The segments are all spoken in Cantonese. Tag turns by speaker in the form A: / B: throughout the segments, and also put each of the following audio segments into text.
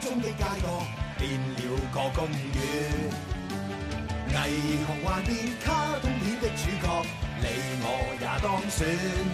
A: 中的街角變了個公園。霓虹幻變卡通片的主角，你我也當選。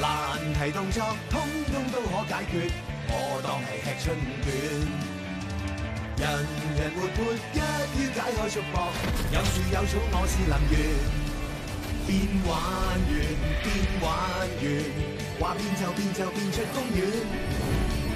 A: 難題動作通通都可解決，我當係吃春卷。人人活潑，一於解開束縛，有樹有草，我是能源。變玩完，變玩完，話變就變就變出公園。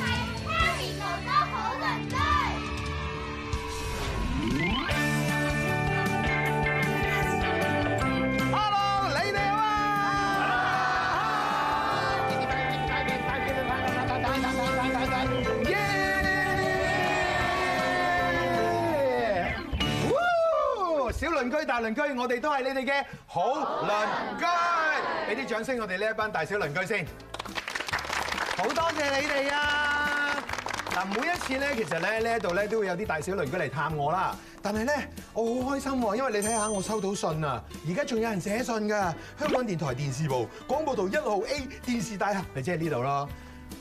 B: 係 Harry 哥哥好鄰居。
C: Hello，你哋啊！耶！Woo！小鄰居、大鄰居，我哋都係你哋嘅好鄰居，俾啲掌聲我哋呢一班大小鄰居先。好多謝你哋啊！嗱，每一次咧，其實咧呢一度咧都會有啲大小鄰居嚟探我啦。但係咧，我好開心喎，因為你睇下我收到信啊，而家仲有人寫信㗎。香港電台電視部廣播道一號 A 電視大廈，咪即係呢度咯。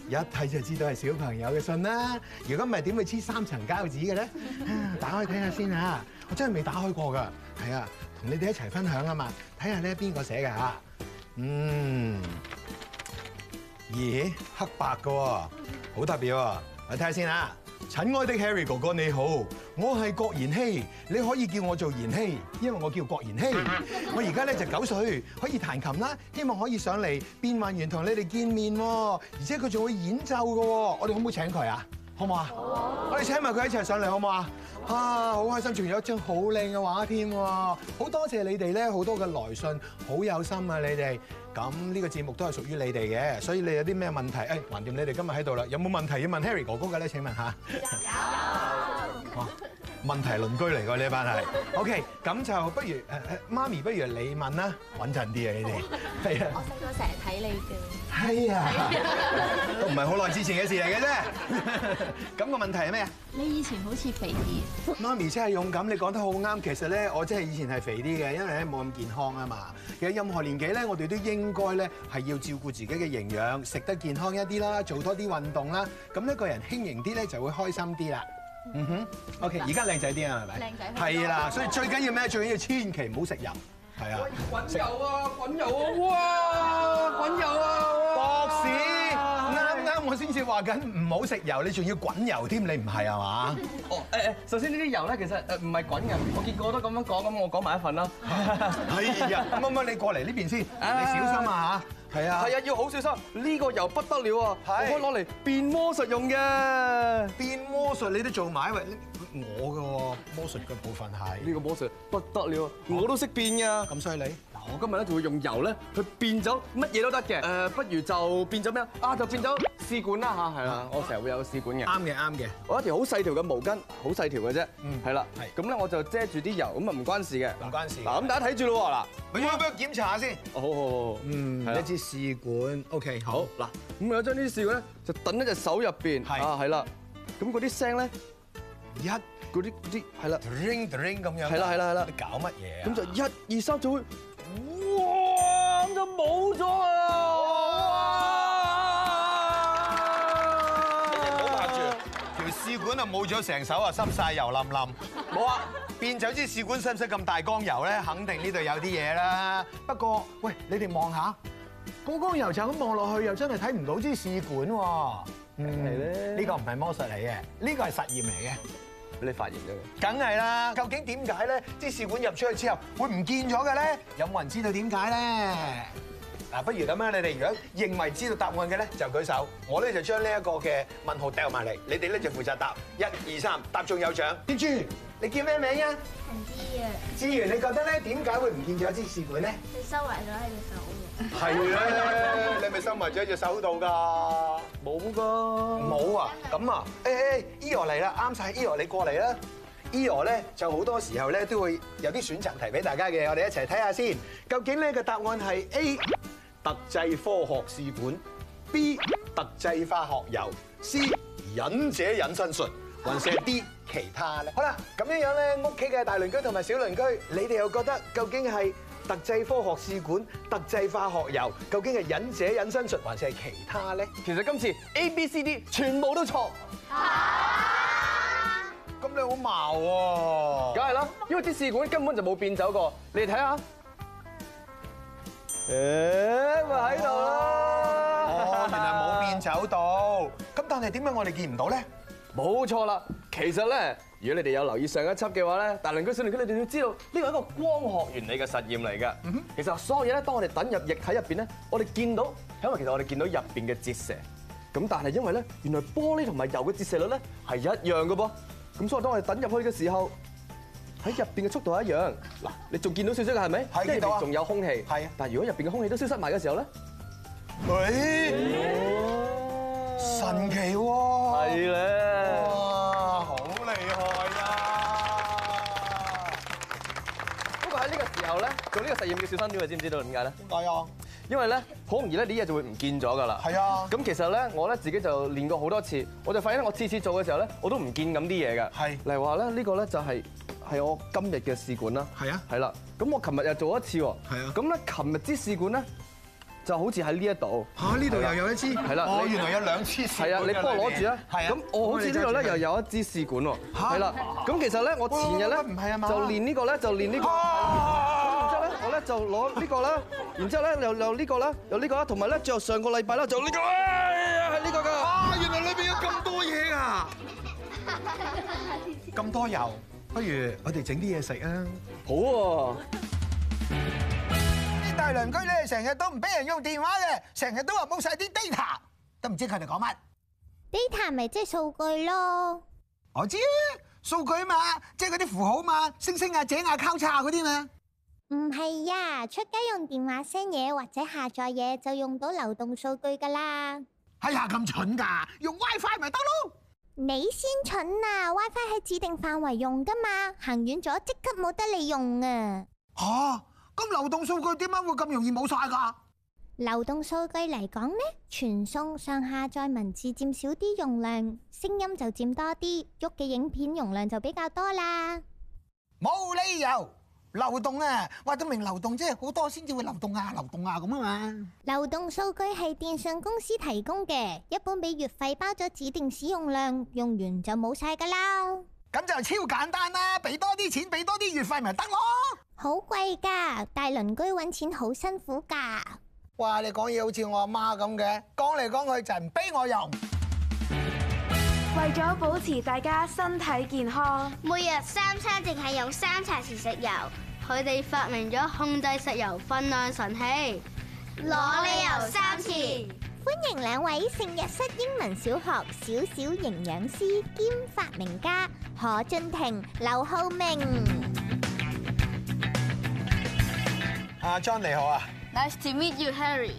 C: 一睇就知道係小朋友嘅信啦。如果唔係點會黐三層膠紙嘅咧？啊打開睇下先嚇，我真係未打開過㗎。係啊，同你哋一齊分享啊嘛，睇下呢邊個寫嘅嚇。嗯。咦，黑白嘅喎，好特別喎！我睇下先啊。親愛的 Harry 哥哥你好，我係郭妍希，你可以叫我做妍希，因為我叫郭妍希。我而家咧就九歲，可以彈琴啦，希望可以上嚟變幻園同你哋見面喎。而且佢仲會演奏嘅喎，我哋可唔可以請佢啊？好唔好啊？我哋請埋佢一齊上嚟好唔好啊？啊，好開心，仲有一張好靚嘅畫添喎！好多謝你哋咧，好多嘅來信，好有心啊你哋。咁呢個節目都係屬於你哋嘅，所以你有啲咩問題？誒、橫掂你哋今日喺度啦，有冇問題要問 Harry 哥哥嘅咧？請問下。有。問題鄰居嚟㗎呢班係。OK，咁就不如誒誒、媽咪不如你問啦，穩陣啲啊你哋。係啊。
D: 我細個成日睇你嘅，
C: 係啊，都唔係好耐之前嘅事嚟嘅啫。咁個問題係咩啊？
D: 你以前好似肥啲，
C: 媽咪真係勇敢，你講得好啱。其實咧，我真係以前係肥啲嘅，因為咧冇咁健康啊嘛。其實任何年紀咧，我哋都應該咧係要照顧自己嘅營養，食得健康一啲啦，做多啲運動啦。咁呢個人輕盈啲咧就會開心啲啦。嗯哼，OK，而家靚仔啲啊，係咪？
D: 靚仔好多
C: 係啦，所以最緊要咩？最緊要千祈唔好食油，係啊。
E: 滾油啊！滾油啊！哇！滾油啊！哇
C: 博士，啱啱我先至話緊唔好食油，你仲要滾油添，你唔係 係嘛？
E: 哦誒誒，首先呢啲油咧，其實誒唔係滾嘅，我見個個都咁樣講，咁我講埋一 份啦。
C: 係啊，咁咁你過嚟呢邊先，你小心啊嚇。係啊，
E: 係啊，要好小心，呢個油不得了啊，我
C: 係
E: 可以攞嚟變魔術用嘅。
C: 變魔術你都做埋，喂，你我嘅喎魔術嘅部分
E: 呢
C: 係
E: 個魔術不得了，我都識變㗎。
C: 咁犀利，
E: 嗱，我今日咧就會用油咧去變咗乜嘢都得嘅。誒，不如就變咗咩啊？就變咗試管啦嚇，係啦，我成日會有試管嘅。
C: 啱嘅啱嘅，
E: 我一條好細條嘅毛巾，好細條嘅啫
C: 嗯，
E: 係啦
C: 係。
E: 咁咧我就遮住啲油，咁啊唔關事嘅。
C: 唔關事
E: 嗱，咁大家睇住咯喎，嗱，
C: 俾我俾我檢查下先。
E: 好好好好，
C: 嗯，
E: 係啦
C: 一支試管，OK，
E: 好
C: 好，
E: 嗱，咁我將呢啲試管咧就等喺隻手入邊，
C: 係
E: 啊係啦，咁嗰啲聲咧，
C: 一
E: 嗰啲嗰啲係啦，
C: ring ring 咁樣，
E: 係啦係啦係啦
C: 你搞乜嘢啊
E: 咁？就一二三就會，哇咁就冇咗啊！
C: 你唔好拍住，條試管啊冇咗成手啊，濕晒油冧冧。
E: 冇啊！
C: 變走支試管使唔使咁大缸油咧？肯定呢度有啲嘢啦。不過，喂，你哋望下，嗰缸油就咁望落去，又真係睇唔到支試管喎。
E: 係咧
C: 呢個唔係魔術嚟嘅，呢個係實驗嚟嘅。
E: 你發現咗
C: 梗係啦，究竟點解咧？支試管入出去之後會唔見咗嘅咧？有冇人知道點解咧？嗱，不如咁啊！你哋如果認為知道答案嘅咧，就舉手。我咧就將呢一個嘅問號掉埋嚟，你哋咧就負責答。一、二、三，答中有獎。天珠，你叫咩名啊？
D: 唔知啊，
C: 志源，你覺得咧點解會唔見咗支試管咧？
D: 你收埋咗喺隻手喎。
C: 係咧，你咪收埋咗喺隻手度㗎。
E: 冇㗎，
C: 冇啊，咁啊，誒誒，Eo 嚟啦，啱晒 Eo，你過嚟啦。Eo 咧就好多時候咧都會有啲選擇題俾大家嘅，我哋一齊睇下先，究竟呢個答案係 A 特製科學試管，B 特製化學油，C 忍者隱身術。還是係啲其他咧？好啦，咁樣樣咧，屋企嘅大鄰居同埋小鄰居，你哋又覺得究竟係特製科學試管、特製化學油，究竟係忍者隱身術，還是係其他咧？
E: 其實今次 A、B、C、D 全部都錯，
C: 咁你好矛喎
E: 梗係啦，因為啲試管根本就冇變走過。你哋睇下，誒咪喺度
C: 哦，原來冇
E: 啦！
C: 變走到，咁但係點解我哋見唔到咧？
E: 冇錯啦，其實咧，如果你哋有留意上一輯嘅話咧，大鄰居小鄰居，你哋要知道呢個係一個光學原理嘅實驗嚟㗎。其實所有嘢咧，當我哋等入液體入邊咧，我哋見到係因為其實我哋見到入邊嘅折射。咁但係因為咧，原來玻璃同埋油嘅折射率咧係一樣嘅噃。咁所以當我哋等入去嘅時候，喺入邊嘅速度係一樣。嗱，你仲見到少少嘅係咪？
C: 係
E: 因為
C: 見到啊
E: 仲有空氣。
C: 係啊
E: 但係如果入邊嘅空氣都消失埋嘅時候咧，
C: 誒，神奇喎！
E: 係咧。
C: 哇，好厲害啊！
E: 不過喺呢個時候咧，做呢個實驗要小心啲，你知唔知道點解咧？
C: 係啊，
E: 因為咧，好容易咧啲嘢就會唔見咗噶啦。
C: 係啊
E: 咁其實咧，我咧自己就練過好多次，我就發現咧，我次次做嘅時候咧，我都唔見咁啲嘢嘅。
C: 係
E: 例如話咧，呢個咧就係係我今日嘅試管啦。
C: 係啊
E: 係啦。咁我琴日又做一次喎。
C: 係啊
E: 咁咧，琴日支試管咧就好似喺呢一度。
C: 嚇呢度又有一支，
E: 係啦
C: 哦，
E: 你
C: 原來有兩支
E: 係啊，你幫我攞住啊！
C: 係啊，
E: 咁我好似呢度咧又有一支試管喎。
C: 嚇
E: 係啦。咁其實咧，我前日咧
C: 喂喂喂唔係啊嘛
E: 就練呢個咧，就練呢個。然之後咧，我咧就攞呢個啦，然之後咧又又呢個啦，又呢個啦，同埋咧最後上個禮拜咧就呢個，哎係呢個㗎。
C: 啊，原來裏邊有咁多嘢啊！咁多油，不如我哋整啲嘢食啊！
E: 好喎，
F: 啲大鄰居咧成日都唔俾人用電話嘅，成日都話冇晒啲 data，都唔知佢哋講乜。
B: data 咪即係數據咯。
F: 我知啊數據嘛，即係嗰啲符號嘛，星星
C: à,
F: 啊、井啊、交叉嗰啲嘛。
B: 唔係呀，出街用電話 send 嘢或者下載嘢就用到流動數據噶啦。
F: 哎呀，咁蠢
C: à?
F: 㗎，用 WiFi 咪得咯。
B: 你先蠢啊！WiFi 喺指定範圍用噶嘛，行遠咗即刻冇得你用啊！
F: 嚇、
C: Ờ,
F: 咁流動數據點解會咁容易冇晒㗎？
B: 流動數據嚟講呢，傳送上下載文字佔少啲容量，聲音就佔多啲，喐嘅影片容量就比較多啦。
F: 冇理由流動
C: à.
F: 啊！話到明流動即係好多先至會流動啊、流動啊咁啊嘛。
B: 流動數據係電信公司提供嘅，一般俾月費包咗指定使用量，用完就冇晒噶啦。
F: 咁就超簡單啦，俾多啲錢，俾多啲月費咪得咯。
B: 好貴噶，大鄰居揾錢好辛苦噶。
F: 哇！你講嘢好似我阿媽咁嘅，講嚟講去就係唔俾我用。
G: 為咗保持大家身體健康，
H: 每日三餐淨係用三茶匙食油，佢哋發明咗控制食油分量神器，
B: 攞你油
H: 三匙。
B: 歡迎兩位聖若瑟英文小學小小營養師兼發明家何俊廷、劉浩明。
C: 阿 À, John 你好啊，
H: Nice to meet you, Harry。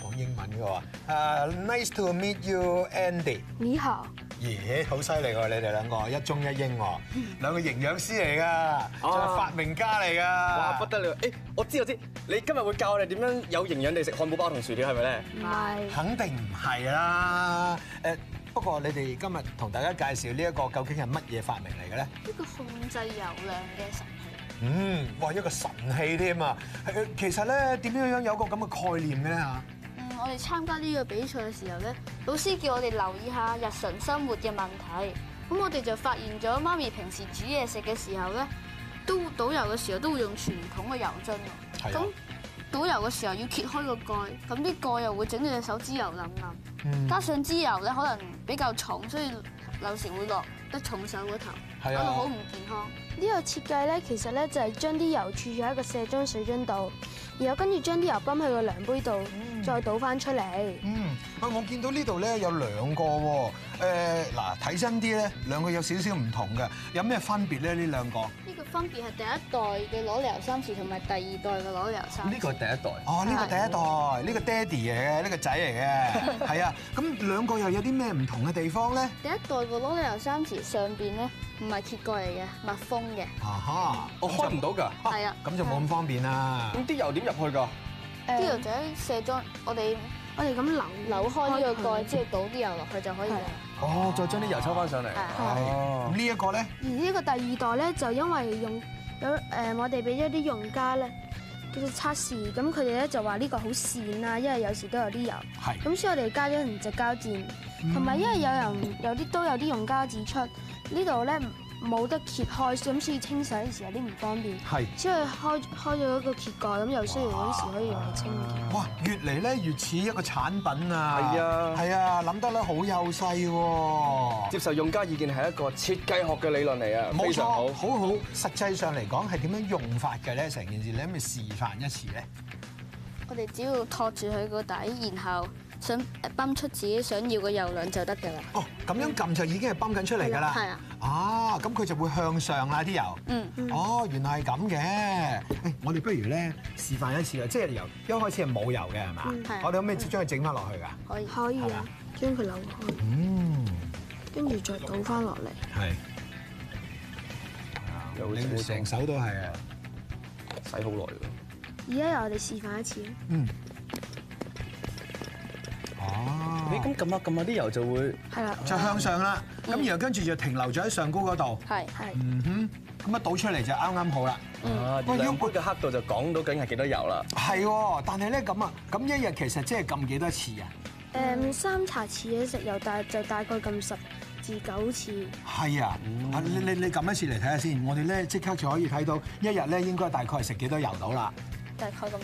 C: 講英文嘅喎。誒，nice à? to meet you, Andy。
G: 你好，
C: 咦，好犀利喎！你哋兩個一中一 英喎，兩個營養師嚟噶，仲係發明家嚟噶。
E: 哇不得了！誒，我知我知，你今日會教我哋點樣有營養地食漢堡包同薯條係咪咧？
G: 唔係
C: 肯定唔係啦。誒，不過你哋今日同大家介紹呢一個究竟係乜嘢發明嚟嘅咧？
G: 一個控制油量嘅神器。
C: 嗯，哇，一個神器添啊！誒其實咧點樣樣有個咁嘅概念嘅咧嚇？
G: 嗯，我哋參加呢個比賽嘅時候咧，老師叫我哋留意下日常生活嘅問題。咁我哋就發現咗媽咪平時煮嘢食嘅時候咧，都倒油嘅時候都會用傳統嘅油樽喎。
C: 係啊
G: 咁倒油嘅時候要揭開個蓋，咁啲蓋又會整到隻手指油淋淋。
C: 嗯，
G: 加上支油咧可能比較重，所以有時會落得重手嗰頭，
C: 係
G: 搞
C: 啊
G: 到好唔健康。
I: 呢個設計咧，其實咧就係將啲油儲咗喺個卸妝水樽度，然後跟住將啲油泵去個量杯度，
G: 嗯
I: 再倒翻出嚟。
C: 嗯，喂，我見到呢度咧有兩個喎。誒，嗱，睇真啲咧，兩個有少少唔同嘅，有咩分別咧？呢兩個？
G: 呢個分別係第一代嘅攞嚟油三匙同埋第二代嘅攞嚟油三匙。
E: 呢個係第一代。
C: 哦，呢個第一代，呢個爹哋嚟嘅，呢個仔嚟嘅，係啊。咁兩個又有啲咩唔同嘅地方咧？
G: 第一代嘅攞嚟油三匙上邊咧唔係揭蓋嚟嘅，密封嘅，
C: 啊哈，
E: 我開唔到㗎。
G: 係啊。
C: 咁就冇咁方便啦。
E: 咁啲油點入去㗎？
I: 嗯
G: 啲油仔卸妝，我哋
I: 我哋咁扭
G: 扭開呢個蓋之後倒啲油落去就可以啦。
E: 哦，再將啲油抽翻上嚟。
F: 咁呢一個咧，
I: 而呢個第二代咧，就因為用有誒、呃我哋俾咗啲用家咧叫做測試，咁佢哋咧就話呢個好跣啦，因為有時都有啲油。
F: 係嗯
I: 咁所以我哋加咗成隻膠墊，同埋因為有人有啲都有啲用家指出呢度咧冇得揭開，咁所以清洗嘅時候有啲唔方便。
C: 係。
I: 所以開開咗一個揭蓋，咁又需要嗰時可以用嚟清潔。
F: 哇，越嚟咧越似一個產品啊！
E: 係啊
F: 係啊，諗得咧好幼細喎。
E: 接受用家意見係一個設計學嘅理論嚟啊，
F: 冇
E: 非
F: 錯，
E: 常好
F: 好。好。實際上嚟講係點樣用法嘅咧？成件事你可唔可以示範一次咧？
G: 我哋只要托住佢個底，然後想呃泵出自己想要嘅油量就得㗎啦。
F: 哦，咁樣撳就已經係泵緊出嚟㗎啦。
G: 係啊。
F: 啊，咁佢就會向上啦啲油。
G: 嗯。
F: 哦，原來係咁嘅。誒，我哋不如咧示範一次啊，即係由一開始係冇油嘅係嘛
I: 嗯
G: 係啊？
F: 我哋可唔可以將佢整翻落去㗎？
G: 可以。
I: 可以
F: 係嘛
I: 啊，將佢扭開，
F: 嗯，
I: 跟住再倒翻落嚟。
F: 係。
E: 又
F: 你
E: 會
F: 成手都係啊。
E: 洗好耐㗎。
I: 而家由我哋示範一次，
F: 嗯。哦
E: 咦，咁撳下撳下啲油就會
I: 係啦，
F: 就向上啦，咁然後跟住就停留咗喺上高嗰度，
G: 係。
I: 係。
F: 嗯哼，咁啊倒出嚟就啱啱好啦。
E: 啊，
F: 喂
E: 兩
F: 要
E: 杯嘅黑度就講到究竟係幾多油啦。
F: 係喎，但係咧咁啊，咁一日其實即係撳幾多次啊？
I: 誒嗯三茶匙嘅食油大就大概撳十至九次，
F: 係啊，
E: 嗯
F: 啊你你你撳一次嚟睇下先，我哋咧即刻就可以睇到一日咧應該大概係食幾多油到啦。
G: 大概咁多。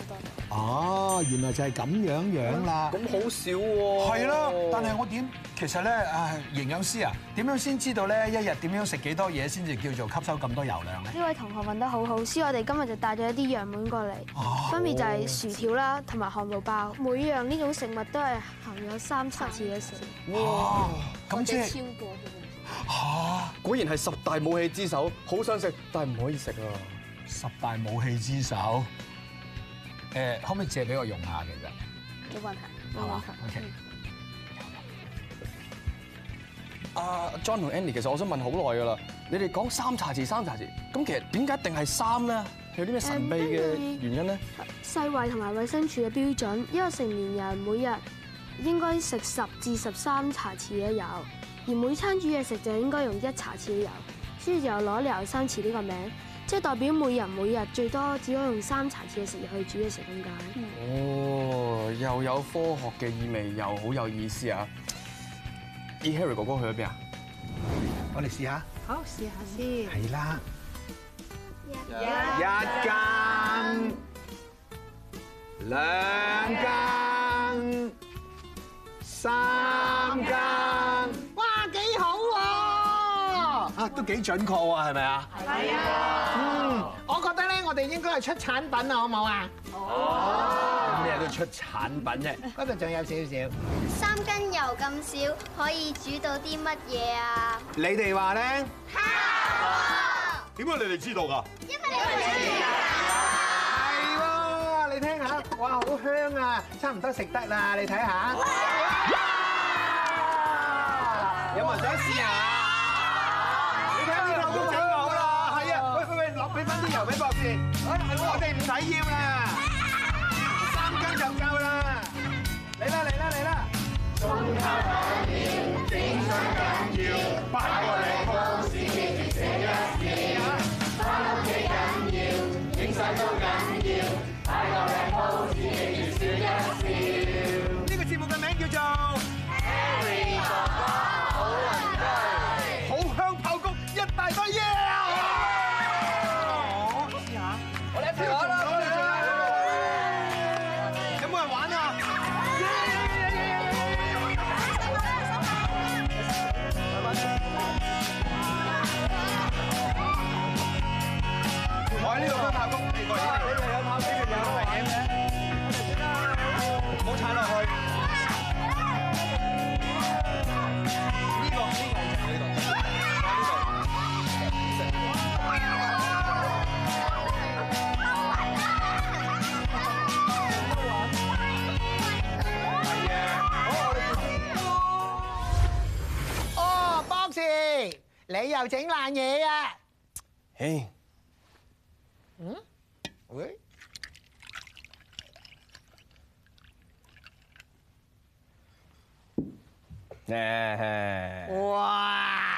F: 哦，原來就係咁樣樣啦。
E: 咁好少喎。
F: 係啦，但係我點其實咧，唉，營養師啊，點樣先知道咧一日點樣食幾多嘢先至叫做吸收咁多油量咧？
I: 呢位同學問得好好，所以我哋今日就帶咗一啲樣本過嚟，
F: 哦
I: 分別就係薯條啦同埋漢堡包，每樣呢種食物都係含有三茶匙嘅食。
F: 哇，咁即係
D: 超過佢哋。
F: 嚇。
E: 果然係十大武器之首，好想食但係唔可以食啊。
F: 十大武器之首，誒、可唔可以借俾我用下其
G: 冇問題，
F: 實
G: 冇問題。
F: ？OK，
E: 啊，John 同 Andy，其實我想問好耐㗎啦。你哋講三茶匙三茶匙，咁其實點解一定係三咧？有啲咩神秘嘅原因咧？
I: 世衞同埋衛生署嘅標準，一個成年人每日應該食十至十三茶匙嘅油，而每餐煮嘢食就應該用一茶匙嘅油，所以就攞嚟油三匙呢個名，即係代表每人每日最多只可以用三茶匙嘅食油去煮嘢食咁解。
E: 哦，又有科學嘅意味，又好有意思啊！E Harry 哥哥去咗邊啊？
F: 我哋試下，
D: 好，試下先。
F: 係啦，
E: 一間，兩間，三間。
F: 哇，幾好喎！啊，都幾準確喎，係咪啊？係啊，嗯，我覺得咧，我哋應該係出產品啊，好冇啊？
E: 咩都出產品啫。
F: 哦嗰度仲有少少。
H: 三斤油咁少，可以煮到啲乜嘢啊？
F: 你哋話咧？
C: 點解你哋知道㗎？
F: 係喎，你聽下，哇，好香啊，差唔多食得啦，你睇下。有冇人想試下？你睇呢度都整好啦，係啊，喂喂喂，落俾翻啲油俾博士，哎係喎我哋唔使要啦，三斤就夠啦，嚟啦嚟啦嚟啦！呢個節目嘅名叫做 Harry 哥哥好鄰居，好香爆谷一大堆耶！我試下，我哋一齊玩啦！有冇人玩啊？我喺呢度分爆谷，你過嚟。你哋有跑幾條有危險嘅，唔好踩落去。呢個呢個就係呢度。
A: 哦，博士，你又整爛嘢啊！
E: 唉，
A: 喂，
J: 誒。
C: 哇！